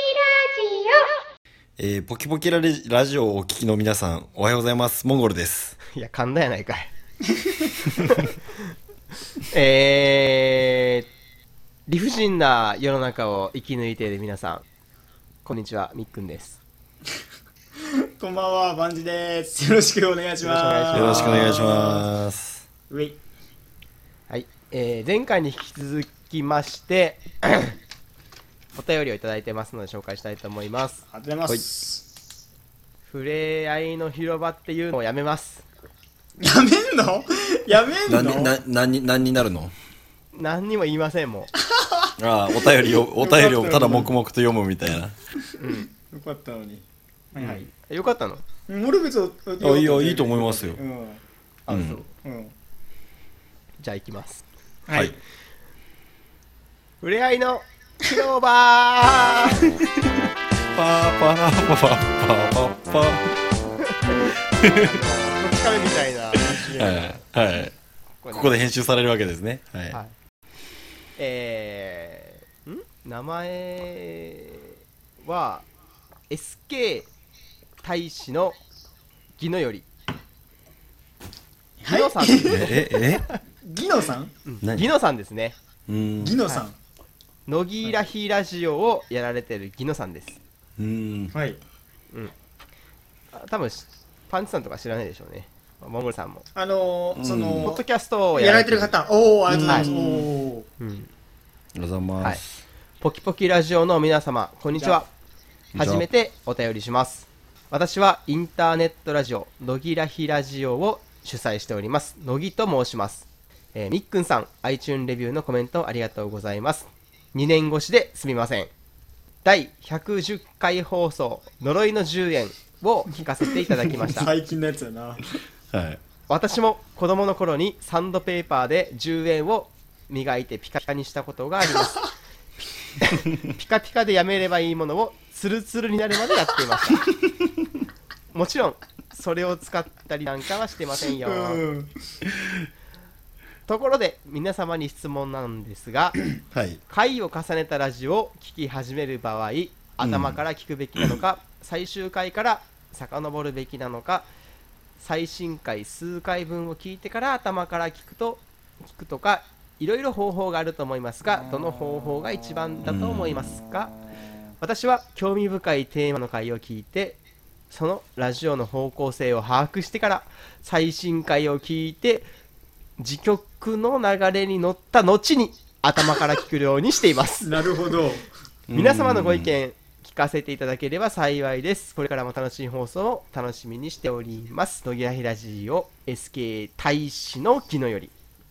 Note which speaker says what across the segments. Speaker 1: ポ
Speaker 2: えーポキポキラレラジオをお聞きの皆さん、おはようございます。モンゴルです。
Speaker 3: いや、噛んだやないかい。えー、理不尽な世の中を生き抜いている皆さん、こんにちは、みっくんです。
Speaker 4: こんばんは、バンジです。よろしくお願いします。
Speaker 2: よろしくお願い
Speaker 4: し
Speaker 2: します。
Speaker 4: ます。ウェイ。
Speaker 3: はい、えー、前回に引き続きまして、 お便りをいただいてますので紹介したいと思います。
Speaker 4: ありがとうございます。
Speaker 3: ふれあいの広場っていうのをやめます。
Speaker 4: やめんのやめ
Speaker 2: なんに、
Speaker 4: の
Speaker 2: な、なに、なんになるの
Speaker 3: 何にも言いませんもん。
Speaker 2: ああ、お便りを、お便りをただ黙々と読むみたいな。
Speaker 4: よかったのに。はいはい。
Speaker 3: よかったの
Speaker 4: 俺別に。
Speaker 2: あいやいいと思いますよ
Speaker 4: うん。
Speaker 3: あ、
Speaker 2: うん
Speaker 3: そう。
Speaker 4: うん。
Speaker 3: じゃあ行きます。
Speaker 2: は
Speaker 4: はいい。
Speaker 3: ふれあいの広場
Speaker 2: パーパーパーパーパーパ
Speaker 3: こっち亀みたいな。
Speaker 2: ー。はい。はい。
Speaker 3: こ
Speaker 2: ここで編集されるわけですね。はい。
Speaker 3: はい、えー、ん名前は SK 大使のギノよりギノさんです ね、
Speaker 2: え、え、
Speaker 4: ギノさん
Speaker 3: うん
Speaker 2: 何
Speaker 3: ギノさんですね
Speaker 2: えうーん。
Speaker 4: ギノさん。
Speaker 3: 乃木らひラジオをやられてるギノさんです
Speaker 2: うーん。
Speaker 4: はい。
Speaker 3: あ多分しパンチさんとか知らないでしょうねまあモンゴルさんも
Speaker 4: あの
Speaker 2: う
Speaker 4: ー、
Speaker 2: ん
Speaker 4: そ
Speaker 3: ポッ
Speaker 4: の
Speaker 3: ド、キャストを
Speaker 4: やられてる、方。おー、ありがとうございます。
Speaker 3: う
Speaker 4: おー。
Speaker 3: う
Speaker 2: お
Speaker 3: ん
Speaker 2: はようございます。
Speaker 3: ポキポキラジオの皆様、こんにちは。
Speaker 2: こんにちは
Speaker 3: 初めてお便りします。私はインターネットラジオ、乃木らひラジオを主催しております。乃木と申します。えーみっくんさん、iTune レビューのコメントありがとうございます。2年越しですみません。第110回放送、呪いの10円を聞かせていただきました。
Speaker 4: 最近のやつやな。
Speaker 2: はい。
Speaker 3: 私も子供の頃にサンドペーパーで10円を磨いてピカピカにしたことがあり ますピピカピカでやめればいいものをツルツルになるまでやっていましたもちろんそれを使ったりなんかはしてませんよ
Speaker 4: うん。
Speaker 3: ところで皆様に質問なんです が
Speaker 2: はい。
Speaker 3: 回を重ねたラジオを聞き始める場合頭から聞くべきなのか、最終回から遡るべきなのか最新回数回分を聞いてから頭から聞くと聞くとかいろいろ方法があると思いますがどの方法が一番だと思いますか私は興味深いテーマの回を聞いてそのラジオの方向性を把握してから最新回を聞いて自曲の流れに乗った後に頭から聞くようにしています
Speaker 4: なるほど。
Speaker 3: 皆様のご意見聞かせていただければ幸いですこれからも楽しい放送を楽しみにしております野木らひラジオ SK 大使の昨日より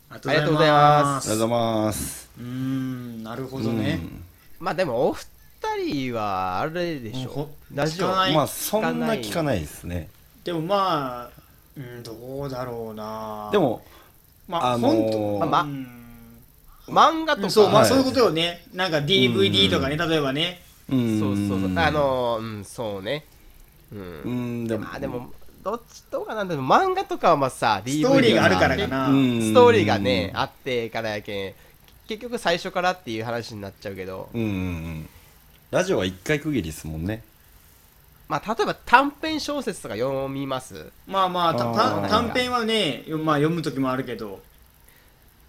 Speaker 4: あり
Speaker 3: がとうございま
Speaker 2: おはようございます。
Speaker 4: うーん、なるほどね。
Speaker 3: まあでもお二人はあれでし
Speaker 4: もう
Speaker 3: ょ
Speaker 4: ほ
Speaker 3: ラジオ
Speaker 4: 聞かない
Speaker 2: まあ、そんな聞かないですね。
Speaker 4: でもまあ、うん、どうだろうな。
Speaker 2: で、も、
Speaker 4: まあ、
Speaker 2: あのー
Speaker 4: 本当
Speaker 3: まあ
Speaker 4: うん
Speaker 3: 漫画とか
Speaker 4: そう、ま
Speaker 2: は
Speaker 4: あ
Speaker 2: い
Speaker 4: そういうことよね。なんか DVD とかね、例えばね。
Speaker 2: うーん。
Speaker 3: そうそうそうあ、のうんそうねう
Speaker 2: うんーん、でも、
Speaker 3: まあでもどっちとかなんだけど漫画とかはまあさ
Speaker 4: ストーリーがあるからか
Speaker 3: DVD
Speaker 4: な。
Speaker 2: うん
Speaker 3: ストーリーがねあってからやけん結局最初からっていう話になっちゃうけど
Speaker 2: うんうんうんラジオは一回区切りですもんね
Speaker 3: まあ例えば短編小説とか読みます
Speaker 4: まあまあ、た
Speaker 2: あー
Speaker 4: た短編はね、よまあ読む時もあるけど。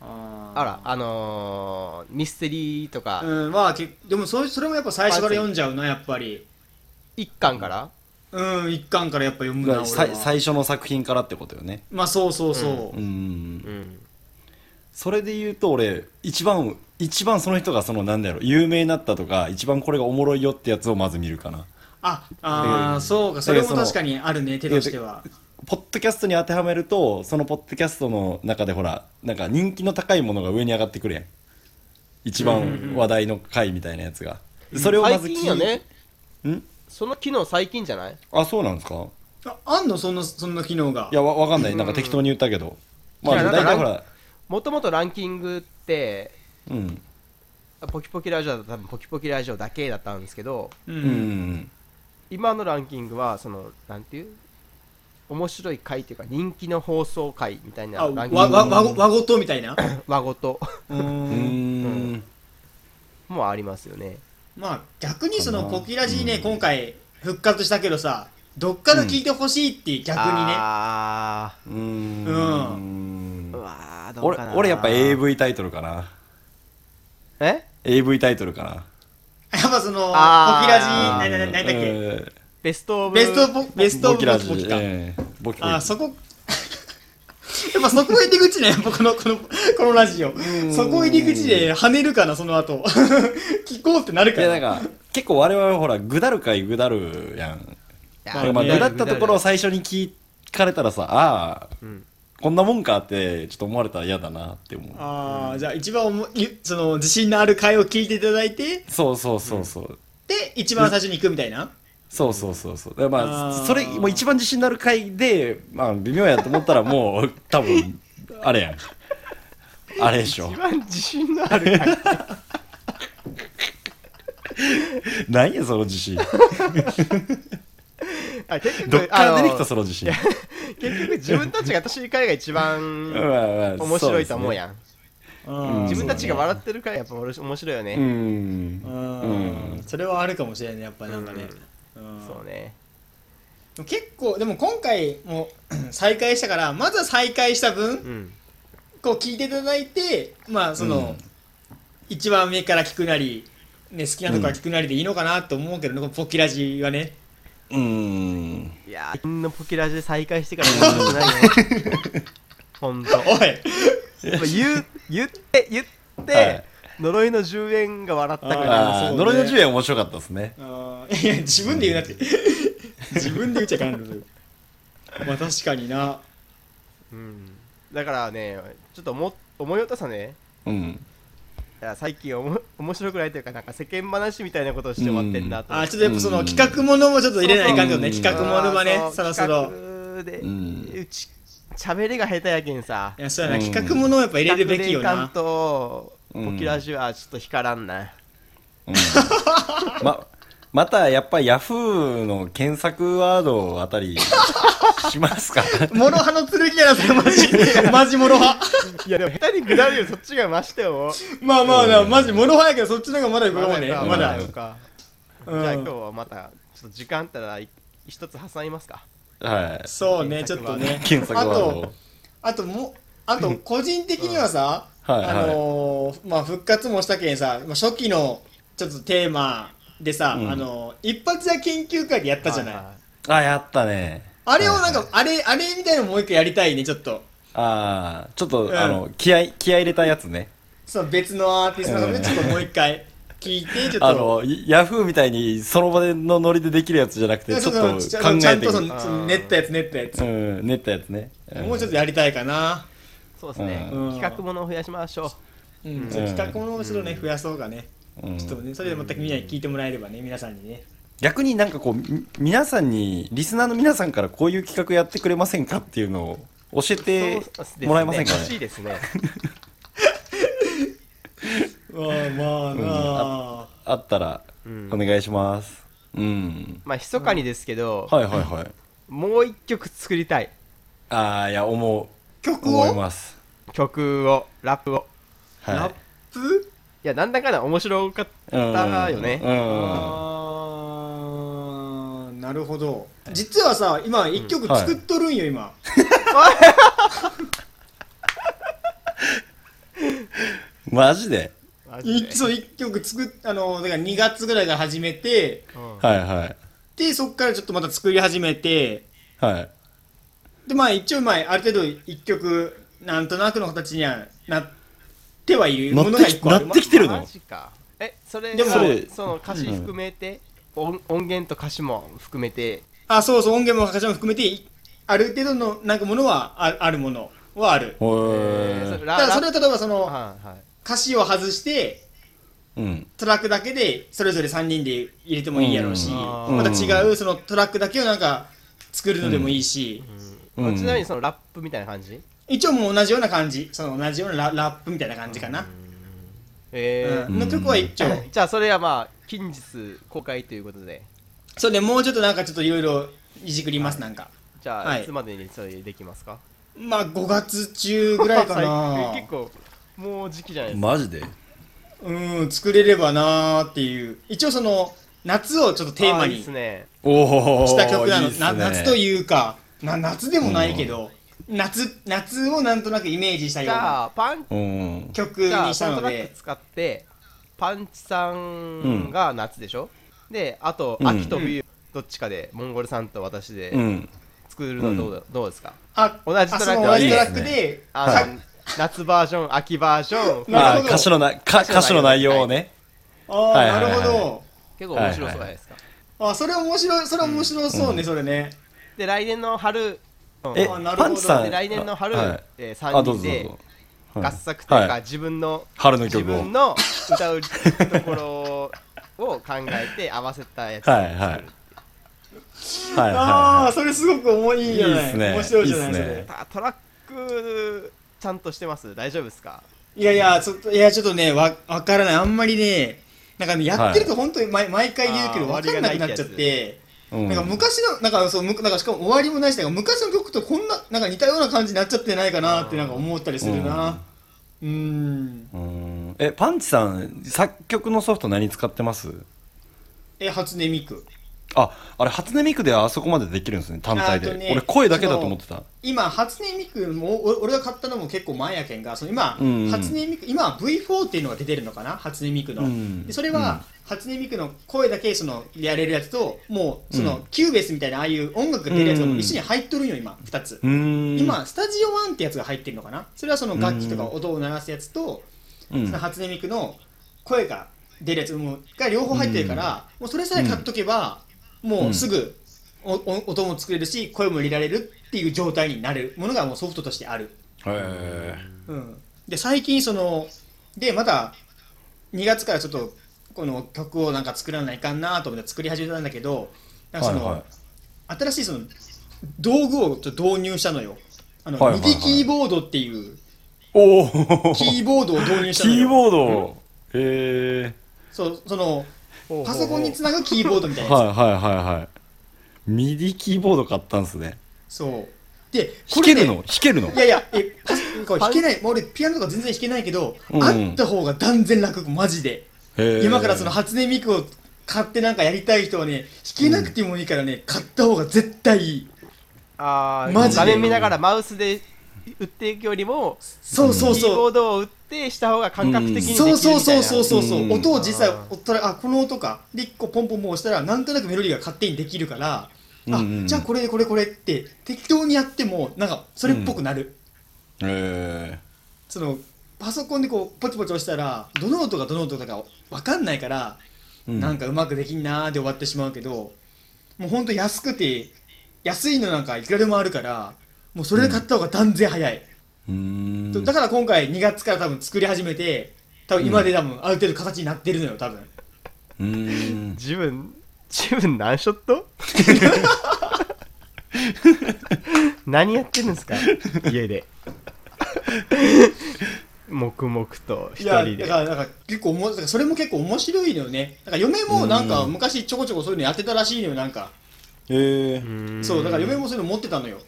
Speaker 4: あー
Speaker 3: あら、あのーミステリーとか、
Speaker 4: うん、まあ、けでもそれそれもやっぱ最初から読んじゃうな、やっぱり。
Speaker 3: 一巻から、
Speaker 4: うん、一巻からやっぱ読む
Speaker 2: だ
Speaker 4: な、
Speaker 2: か
Speaker 4: 俺
Speaker 2: ら
Speaker 4: は
Speaker 2: さい最初の作品からってことよね
Speaker 4: まあそうそうそうう。
Speaker 2: ん
Speaker 3: うん、
Speaker 2: それで言うと俺一番一番その人がそのなんだろう有名になったとか一番これがおもろいよってやつをまず見るかな
Speaker 4: あ、あ
Speaker 2: う
Speaker 4: ー
Speaker 2: ん
Speaker 4: そうか、それも確かにあるね、手としては。
Speaker 2: ポッドキャストに当てはめるとそのポッドキャストの中でほらなんか人気の高いものが上に上がってくるやん一番話題の回みたいなやつが、それをま
Speaker 3: 最
Speaker 2: ず
Speaker 3: 近よね
Speaker 2: ん
Speaker 3: その機能最近じゃない
Speaker 2: あそうなんですか
Speaker 4: ああんのそんな、そんな機能が
Speaker 2: い。やわわかんないなんか適当に言ったけど、ま
Speaker 3: い
Speaker 2: あ
Speaker 3: やなんか
Speaker 2: 大体ほら
Speaker 3: もともとランキングって
Speaker 2: うん
Speaker 3: ポキポキラジオだったら多分ポキポキラジオだけだったんですけど
Speaker 4: う
Speaker 2: うんうんう。ん
Speaker 3: 今のランキングはそのなんていう面白い回というか人気の放送回みたいな
Speaker 4: あ、
Speaker 3: ランキ
Speaker 4: わ、
Speaker 3: ング
Speaker 4: わ、わご、わごとみたいな。
Speaker 3: 和ごと
Speaker 4: うーん
Speaker 2: うーん
Speaker 3: もありますよね
Speaker 4: まあ逆にその
Speaker 2: かな
Speaker 4: コキラジね、今回復活したけどさどっから聞いてほしいって逆にね、
Speaker 3: あ
Speaker 2: うーん
Speaker 3: ー
Speaker 4: う
Speaker 3: うわーどう
Speaker 2: 俺
Speaker 3: かな
Speaker 2: 俺やっぱ AV タイトルかな
Speaker 3: え
Speaker 2: AV タイトルかな
Speaker 4: やっぱそのコキ
Speaker 3: あー
Speaker 4: ラジななななんだっけ
Speaker 2: え
Speaker 3: ベストオブ
Speaker 4: ベストボベス
Speaker 2: ー
Speaker 4: トオ
Speaker 2: ボ
Speaker 4: ブ
Speaker 2: キ
Speaker 4: ボ
Speaker 2: ラ
Speaker 4: キ
Speaker 2: ジ
Speaker 4: ボキか、
Speaker 2: ええボキボキ
Speaker 4: あーそこ やっぱそこ入り口ね やっぱこのこのこのラジオそこ入り口で跳ねるかなその後 聞こうってなる
Speaker 2: い
Speaker 4: か
Speaker 2: や
Speaker 4: ら
Speaker 2: なんか結構我々ほらぐだるかいぐだるやん
Speaker 3: い
Speaker 2: ま
Speaker 3: や
Speaker 2: あまあ
Speaker 4: ね
Speaker 2: ぐだったところを最初に聞かれたらさああ
Speaker 3: うん
Speaker 2: こんなもんかってちょっと思われたら嫌だなって思う
Speaker 4: ああじゃあ一番おもいその自信のある回を聞いていただいて
Speaker 2: そうそうそうそう、
Speaker 4: で一番最初に行くみたいな、
Speaker 2: そうそうそうそうでまあ
Speaker 4: あー
Speaker 2: それもう一番自信のある回でまあ微妙やと思ったらも う多分あれやんあれでしょ
Speaker 3: 一番自信のある回
Speaker 2: 何やその自 信
Speaker 3: あ結局
Speaker 2: どっから出てきた
Speaker 3: あ
Speaker 2: その自信
Speaker 3: の結局自分たちが私の回が一番 面白いと思う
Speaker 2: ん
Speaker 3: やん、
Speaker 2: うん
Speaker 3: 自分たちが笑ってる回やっぱ俺面白いよね、
Speaker 2: うん
Speaker 4: うん
Speaker 2: うん
Speaker 4: それはあるかもしれないやっぱなんかね、うん
Speaker 3: そうね
Speaker 4: でも結構でも今回もう再開したからまずは再開した分、
Speaker 3: うん
Speaker 4: こう聞いていただいてまあその、
Speaker 2: うん
Speaker 4: 一番目から聞くなり、ね、好きなとこから聞くなりでいいのかなと思うけどね、このポキラジはね
Speaker 2: うん
Speaker 3: いやーみんなポキラジで再開してから面白くないねほんと
Speaker 4: おい
Speaker 3: やっぱ言う言って言って、
Speaker 2: はい
Speaker 3: 呪いの10円が笑ったか
Speaker 4: あ
Speaker 3: ら
Speaker 4: ー
Speaker 2: あ
Speaker 4: そ
Speaker 2: ー
Speaker 4: うね
Speaker 2: 呪いの10円面白かったですね
Speaker 4: あーいや自分で言うなって自分で言っちゃいかんのそれまあ確かにな
Speaker 3: うんだからねちょっと思思い落とさね
Speaker 2: うん
Speaker 3: いや最近おも面白くないというかなんか世間話みたいなことをして終わってんなと
Speaker 4: あ
Speaker 3: 思
Speaker 4: ー
Speaker 3: って、
Speaker 4: ちょっとやっぱその
Speaker 2: うん
Speaker 4: 企画ものもちょっと入れないかんけどね
Speaker 2: そうそう
Speaker 4: 企画ものはね
Speaker 3: あー
Speaker 4: そろそろ
Speaker 3: 企画で、う
Speaker 2: うん
Speaker 3: ち喋りが下手やけんさ
Speaker 4: いやそうやな、
Speaker 2: うん
Speaker 4: 企画ものをやっぱ入れるべきよ
Speaker 3: 企画でいかん
Speaker 4: な
Speaker 3: と
Speaker 2: うん
Speaker 3: ポキラジはちょっと光らんな、
Speaker 2: うんままたやっぱヤフーの検索ワードあたりしますか
Speaker 4: モロハの剣やなそれマジマジモロハ
Speaker 3: いやでも下手に下るよりそっちが増してよ
Speaker 4: まあまあなマジモロハやけどそっちの方がまだよくもね
Speaker 3: まだ
Speaker 4: まだ
Speaker 3: まだか
Speaker 4: う
Speaker 3: じゃあ今
Speaker 4: ん
Speaker 3: 日はまたちょっと時間あったらい一つ挟みますか
Speaker 2: はい
Speaker 4: そうねちょっとね
Speaker 2: 検索
Speaker 4: あ
Speaker 2: ワード
Speaker 4: とあともうあと個人的にはさ、
Speaker 2: うんはいはい
Speaker 4: あのーまあ復活もしたけんさまあ初期のちょっとテーマでさ、
Speaker 2: うん
Speaker 4: あのー一発屋研究会でやったじゃない、
Speaker 3: はは
Speaker 2: あやったね
Speaker 4: あれをなん
Speaker 2: は
Speaker 4: か
Speaker 2: いはい
Speaker 4: あれあれみたいのもう一回やりたいねちょっと
Speaker 2: ああちょっと、
Speaker 4: うん
Speaker 2: あの気合気合入れたやつね
Speaker 4: その別のアーティストの方でちょっともう一回聞いてちょっと
Speaker 2: あのヤフーみたいにその場でのノリでできるやつじゃなくてちょっと考
Speaker 4: ちゃん
Speaker 2: えて
Speaker 4: とそ
Speaker 2: み
Speaker 4: の
Speaker 3: あー
Speaker 4: その練ったやつ練ったやつ、
Speaker 2: うん練ったやつね、ん
Speaker 4: もうちょっとやりたいかな、
Speaker 3: そうですね、
Speaker 4: うん
Speaker 3: 企画ものを増やしましょう
Speaker 4: うん企画ものをちょっとね増やそうかね、
Speaker 2: うん
Speaker 4: ちょっとねそれで全くみんなに聞いてもらえればね皆さんにね
Speaker 2: 逆になんかこうみ皆さんにリスナーの皆さんからこういう企画やってくれませんかっていうのを教えて
Speaker 3: そうですね
Speaker 2: もらえませんかね
Speaker 3: 欲しいですね
Speaker 4: まあまあなあ、
Speaker 2: あったら
Speaker 3: うん
Speaker 2: お願いしますうん、
Speaker 3: まあ密かにですけど、
Speaker 2: はいはいはい
Speaker 3: もう一曲作りたい
Speaker 2: ああいや思う
Speaker 4: 曲
Speaker 2: 思い
Speaker 4: を
Speaker 2: ます
Speaker 3: 曲をラップを
Speaker 4: ラ
Speaker 2: は
Speaker 4: ップ
Speaker 3: いやなんだかんだ面白かっ
Speaker 2: いうん
Speaker 3: たよね、
Speaker 2: う
Speaker 4: あーなるほど実はさ今一曲作っとるんよ、今
Speaker 2: んマジで
Speaker 3: マジ
Speaker 4: い
Speaker 3: で
Speaker 4: そう一曲作っあのだから2月ぐらいから始めて
Speaker 3: うん
Speaker 2: はいはい
Speaker 4: でそっからちょっとまた作り始めて
Speaker 2: はい
Speaker 4: でまあ一応まあある程度一曲なんとなくの形にはなってはいるものが一個ある
Speaker 2: なってきてるの
Speaker 3: マジかえそれ
Speaker 4: でも
Speaker 3: そ
Speaker 4: そ
Speaker 2: れ
Speaker 3: その歌詞含めて、音音源と歌詞も含めて
Speaker 4: あそうそう音源も形も含めていある程度のなんかものはああるものはある
Speaker 2: お
Speaker 3: えー
Speaker 2: ー
Speaker 3: そ
Speaker 4: た
Speaker 3: ラ
Speaker 4: だそれ
Speaker 3: ラ
Speaker 4: は例えばその
Speaker 3: はいはい
Speaker 4: 歌詞を外して
Speaker 2: うん
Speaker 4: トラックだけでそれぞれ3人で入れてもいいやろうし、
Speaker 2: うん
Speaker 4: また違うそのトラックだけをなんか作るのでもいいし、
Speaker 2: うん
Speaker 3: あちなみにそのラップみたいな感じ
Speaker 4: 一応もう同じような感じその同じようなララップみたいな感じかな、
Speaker 3: え
Speaker 4: うんの曲は一応、
Speaker 3: ーじゃあそれはまあ近日公開ということで
Speaker 4: それでもうちょっとなんかちょっといろいろいじくりますなんか
Speaker 3: じゃあ、
Speaker 4: はい
Speaker 3: い、つまでにそれできますか
Speaker 4: まあ5月中ぐらいかな
Speaker 3: 最近結構もう時期じゃないですか
Speaker 2: マジで
Speaker 4: うん、作れればなーっていう。一応その、夏をちょっとテーマ
Speaker 3: あいい
Speaker 4: に
Speaker 3: っすね
Speaker 2: おお
Speaker 4: した曲なの。
Speaker 2: いいっすね
Speaker 4: な夏というか、な夏でもないけど、夏、夏をなんとなくイメージした
Speaker 3: じ
Speaker 4: ような
Speaker 3: ゃあパン
Speaker 2: うん
Speaker 4: 曲
Speaker 3: じゃ
Speaker 4: に
Speaker 3: あ
Speaker 4: し
Speaker 3: そ
Speaker 4: た
Speaker 3: の
Speaker 4: の
Speaker 3: トラッ
Speaker 4: で
Speaker 3: ク、使ってパンチさんが夏でしょ、であと
Speaker 2: うん
Speaker 3: 秋と冬どっちかでモンゴルさんと私で
Speaker 2: うん
Speaker 3: 作るのどう,、どうですか
Speaker 4: あ、
Speaker 3: 同じ
Speaker 4: あ
Speaker 3: ト
Speaker 4: そ
Speaker 3: ラッ
Speaker 4: の
Speaker 3: ク
Speaker 4: 同
Speaker 3: はい
Speaker 4: じ
Speaker 3: いで
Speaker 4: トラ
Speaker 3: す
Speaker 4: ッ
Speaker 3: ね
Speaker 4: クで、
Speaker 3: あの夏バージョン秋バージョン
Speaker 4: な
Speaker 2: ま
Speaker 4: る
Speaker 2: あ
Speaker 4: ほど
Speaker 2: 歌手のな歌歌手の内容をね
Speaker 4: あ
Speaker 2: は
Speaker 4: あ、
Speaker 2: いはい
Speaker 4: な
Speaker 2: はい
Speaker 4: るほど。
Speaker 3: 結構面白そうじゃないですか、
Speaker 4: あ、それ面白い、それ面白そうね、それね。
Speaker 3: で来年の春
Speaker 2: え
Speaker 4: あなるほど
Speaker 2: パンチさん
Speaker 3: で来年の春、
Speaker 2: はい
Speaker 3: えー、
Speaker 2: あ
Speaker 3: 3
Speaker 2: どう
Speaker 3: 人
Speaker 2: ぞどう
Speaker 3: で
Speaker 2: ぞはい
Speaker 3: 合作というか、
Speaker 2: はい
Speaker 3: 自分の
Speaker 2: 春の
Speaker 3: 自
Speaker 2: 曲を
Speaker 3: 分の歌うところを考えて合わせたやつを
Speaker 2: はい
Speaker 3: 作
Speaker 2: は
Speaker 3: る、
Speaker 2: いはい
Speaker 4: ああ、
Speaker 2: は
Speaker 4: それすごく重いじゃない
Speaker 2: いいっすね
Speaker 4: 面白いじゃない
Speaker 2: いいっすね
Speaker 4: それ
Speaker 3: あトラックちゃんとしてます大丈夫ですか
Speaker 4: いやいや、ちょっと、いや、ちょっとね、わ、わからない。あんまりね、なんかね、やってると本当に毎、毎回言うけど、
Speaker 3: あー
Speaker 4: わかんなくなっちゃって、
Speaker 2: いはい
Speaker 4: なんか昔の、なんかそう、むなんかしかも終わりもないし、なんか昔の曲とこんな、なんか似たような感じになっちゃってないかなってなんか思ったりするな。うーん。
Speaker 2: うんえパンチさん作曲のソフト何使ってます
Speaker 4: え、初音ミク。
Speaker 2: ああれ初音ミクであそこまでできるんですね単体
Speaker 4: あ
Speaker 2: で、
Speaker 4: とね
Speaker 2: 俺声だけだと思ってた
Speaker 4: 今、初音ミクも、お俺が買ったのも結構前やけんが、その今、
Speaker 2: うんうん
Speaker 4: 初音ミク、今は V4 っていうのが出てるのかな初音ミクの。
Speaker 2: うん
Speaker 4: でそれは、初音ミクの声だけそのやれるやつと、もう、そうの、キューベースみたいな、ああいう音楽が出るやつがもう一緒に入っとるんよ、今、2つ
Speaker 2: う。ーん
Speaker 4: 今、スタジオ1ってやつが入ってるのかなそれはその楽器とか音を鳴らすやつと、
Speaker 2: うん
Speaker 4: その初音ミクの声が出るやつもうが両方入ってるから、もうそれさえ買っとけば、もうすぐおお音も作れるし声も入れられるっていう状態になるものがもうソフトとしてある、
Speaker 2: へ
Speaker 4: うん、で最近そのでまた2月からちょっとこの曲をなんか作らないかんなと思って作り始めたんだけどなんかその、
Speaker 2: はいはい
Speaker 4: 新しいその道具をちょっと導入したのよあの、
Speaker 2: はいはいはい
Speaker 4: MIDI キーボードっていう
Speaker 2: おお
Speaker 4: キ
Speaker 2: キ
Speaker 4: ーボードを導入したのよ
Speaker 2: ーボードをへえ
Speaker 4: そうその
Speaker 3: ほうほうほう
Speaker 4: パソコンにつなぐキーボードみたいなやつ
Speaker 2: はいはいはいはいミディキーボード買ったんですね
Speaker 4: そう。で、
Speaker 2: 弾ける
Speaker 4: ね
Speaker 2: の弾けるの
Speaker 4: いやいや、え、パスこれ弾けない、もう俺ピアノとか全然弾けないけど、
Speaker 2: うんうん
Speaker 4: あった方が断然楽、マジで。
Speaker 2: へー
Speaker 4: 今からその初音ミクを買ってなんかやりたい人はね、弾けなくてもいいからね、買った方が絶対いい。
Speaker 3: あー
Speaker 4: マジで
Speaker 3: 画面見ながらマウスで打っていくよりも
Speaker 4: そうそう
Speaker 3: キーボ
Speaker 4: そ
Speaker 3: ー
Speaker 4: う。
Speaker 3: ドを打ってした方が感覚的にできるみたい
Speaker 4: そう
Speaker 3: な
Speaker 4: そうそうそうそうそう、
Speaker 2: うん
Speaker 4: 音を実際
Speaker 3: あー
Speaker 4: おったらあこの音かで1個ポンポンポン押したらなんとなくメロディーが勝手にできるか
Speaker 2: うんうん
Speaker 4: ら、あじゃあこれこれこれって適当にやってもなんかそれっぽくなる、
Speaker 2: へ
Speaker 4: そのパソコンでこうポチポチ押したらどの音がどの音だか分かんないから、
Speaker 2: え
Speaker 4: なんかうまくできんなーで終わってしまうけどもうほんと安くて安いのなんかいくらでもあるからもうそれで買った方が断然早い、
Speaker 2: うーん
Speaker 4: だから今回2月から多分作り始めて多分今で多分ある程度形になってるのよ多分、
Speaker 2: うーん
Speaker 3: 自分自分何ショッ ト何やってるんですか家 で黙々と一
Speaker 4: いや
Speaker 3: 人
Speaker 4: だ
Speaker 3: で
Speaker 4: からなんか結構おもだからそれも結構面白いのよねだから嫁もなんか
Speaker 2: うん
Speaker 4: 昔ちょこちょこそういうのやってたらしいのよなんか、
Speaker 2: へえ
Speaker 3: ん
Speaker 4: そうだから嫁もそういうの持ってたのよ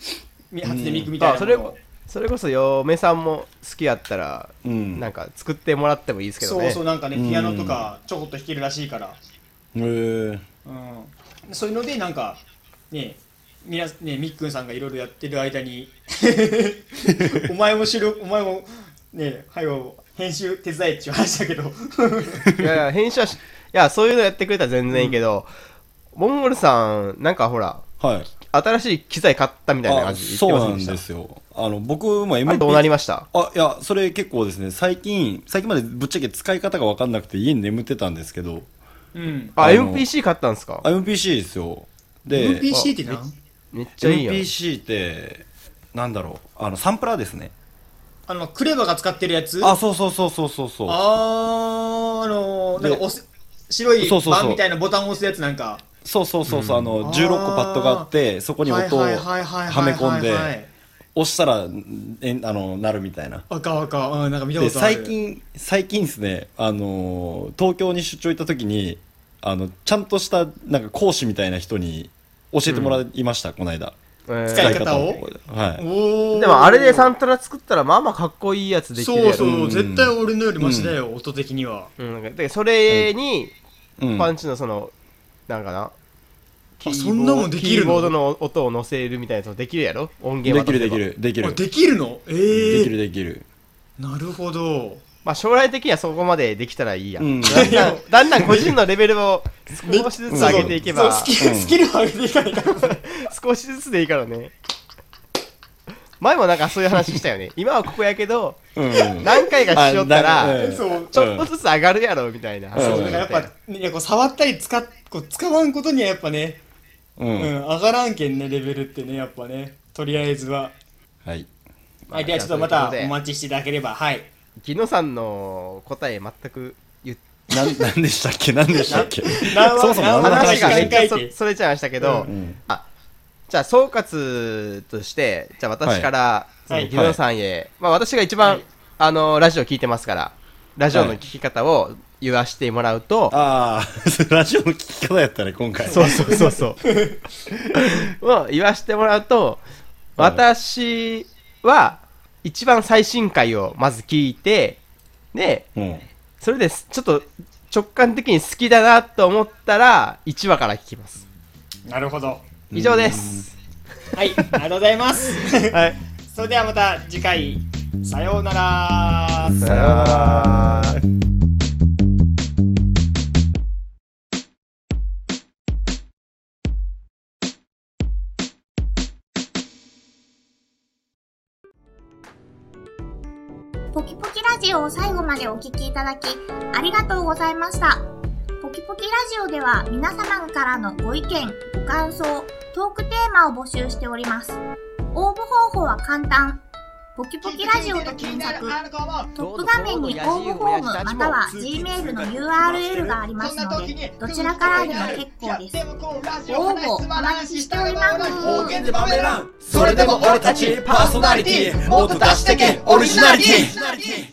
Speaker 4: み初音ミクみたいな
Speaker 3: あ
Speaker 4: の
Speaker 3: そ
Speaker 4: を
Speaker 3: れそれこそ嫁さんも好きやったら、
Speaker 2: うん
Speaker 3: なんか作ってもらってもいいですけど
Speaker 4: そう
Speaker 3: ね
Speaker 4: そうなんかね
Speaker 2: うん
Speaker 4: ピアノとかちょこっと弾けるらしいから、
Speaker 2: へえ
Speaker 4: うん、そういうのでなんかねみなねみっくんさんがいろいろやってる間に お前も収録お前もねはよ編集手伝えっちゅう話だけ ど
Speaker 3: いやいや編集はしいやそういうのやってくれたら全然いいけど、モンゴルさんなんかほら
Speaker 2: はい
Speaker 3: 新しい機材買ったみたいな
Speaker 2: あ
Speaker 3: 感じ
Speaker 2: そうな
Speaker 3: 言っ
Speaker 2: ん
Speaker 3: てません
Speaker 2: で
Speaker 3: でし
Speaker 2: すよあの僕も
Speaker 3: たあれどうなり
Speaker 2: MP
Speaker 3: ました
Speaker 2: あいやそれ結構ですね最近最近までぶっちゃけ使い方が分かんなくて家に眠ってたんですけど
Speaker 4: うん
Speaker 3: あ
Speaker 2: あの
Speaker 3: MPC 買ったんですか
Speaker 2: あ MPC ですよで
Speaker 4: MPC ってなん
Speaker 3: めっちゃいいやん
Speaker 2: MPC ってなんだろうあのサンプラーですね
Speaker 4: あのクレバが使ってるやつ
Speaker 2: あそうそうそうそうそうそう
Speaker 4: あーあのーなんか
Speaker 2: で
Speaker 4: 押す白い
Speaker 2: そうそうそう
Speaker 4: バンみたいなボタンを押すやつなんか
Speaker 2: そうそうそうそう、あ
Speaker 4: あ
Speaker 2: の
Speaker 4: ー
Speaker 2: 16個パッドがあってそこに音を
Speaker 4: は
Speaker 2: はい
Speaker 4: はいはい
Speaker 2: め
Speaker 4: はい
Speaker 2: 込ん
Speaker 4: はいはい
Speaker 2: で押したらんえあのなるみたいな。
Speaker 4: 赤赤うんなんか見たこ
Speaker 2: で
Speaker 4: とある
Speaker 2: 最近最近ですねあのー東京に出張行った時にあのちゃんとしたなんか講師みたいな人に教えてもらいました、この間
Speaker 4: 使い方を
Speaker 2: はい
Speaker 4: おー
Speaker 3: でもあれでサントラ作ったらまあまあかっこいいやつできる
Speaker 4: そ
Speaker 3: や
Speaker 4: う
Speaker 3: ろ
Speaker 4: そう、
Speaker 2: うん
Speaker 4: 絶対俺のよりマシだよ、音的には
Speaker 3: うん、でそれに
Speaker 2: うん
Speaker 3: パンチのその、なんかなキーボー
Speaker 4: そんなもんできるの
Speaker 3: キーボードの音を乗せるみたいなやつもできるやろ音
Speaker 2: で
Speaker 3: 源は
Speaker 2: きるできるでき
Speaker 4: あ
Speaker 2: る
Speaker 4: できるのええ
Speaker 2: できるできる
Speaker 4: なるほど
Speaker 3: まあ将来的にはそこまでできたらいいや、
Speaker 2: うん
Speaker 3: だんだんだんだん個人のレベルを少しずつ上げていけば、
Speaker 4: そうスキルスキルを上げていかないから
Speaker 3: 少しずつでいいからね前もなんかそういう話したよね今はここやけど
Speaker 2: うん
Speaker 3: 何回かしよった
Speaker 2: あな
Speaker 3: ら
Speaker 2: うん
Speaker 4: そう
Speaker 3: ちょっとずつ上がるやろみたいな話
Speaker 4: そう
Speaker 3: を
Speaker 4: だ
Speaker 3: し
Speaker 4: からや
Speaker 3: て
Speaker 4: った
Speaker 3: よ
Speaker 4: ぱ、ね、いやこう触ったり使っこう使わんことにはやっぱね、
Speaker 2: う
Speaker 4: うん
Speaker 2: ん
Speaker 4: 上がらんけんねレベルってねやっぱねとりあえずは、
Speaker 2: はい
Speaker 4: はい、ではちょっとま
Speaker 3: という
Speaker 4: たお
Speaker 3: ことで
Speaker 4: 待ちしていただければはい
Speaker 3: ギノさんの答え全く言っ
Speaker 2: なんなんでしたっけなんでしたっけ
Speaker 4: な
Speaker 2: そもそも何の
Speaker 3: 話
Speaker 2: 話
Speaker 3: が
Speaker 2: が
Speaker 3: め
Speaker 2: し
Speaker 3: ってちゃ
Speaker 4: て
Speaker 3: そそれちゃいましたけど、
Speaker 4: う
Speaker 2: うん
Speaker 3: じゃあ総括としてじゃあ私から、そ
Speaker 4: は
Speaker 3: の
Speaker 4: い
Speaker 3: ギノさんへ、まあ、私が一番、
Speaker 4: はい
Speaker 3: あのラジオ聞いてますからラジオの
Speaker 2: はい
Speaker 3: 聞き方を言わしてもらうと、
Speaker 2: ああ ラジオの聞き方やったね今回
Speaker 3: そうそうそうそう。を言わしてもらうと、
Speaker 2: はい
Speaker 3: 私は一番最新回をまず聞いて、で、
Speaker 2: うん
Speaker 3: それですちょっと直感的に好きだなと思ったら、1話から聞きます。
Speaker 4: なるほど
Speaker 3: 以上です。
Speaker 4: はいありがとうございます
Speaker 3: はい。
Speaker 4: それではまた次回さようなら
Speaker 3: さようなら。
Speaker 1: ポキポキラジオを最後までお聞きいただき、ありがとうございました。ポキポキラジオでは皆様からのご意見、ご感想、トークテーマを募集しております。応募方法は簡単。ポキポキラジオと検索、トップ画面に応募フォームまたは Gmail の URL がありますので、どちらからでも結構です。応募お待ちしております。
Speaker 5: 方言でバメらんそれでも俺たちパーソナリティもっと出してけオリジナリティ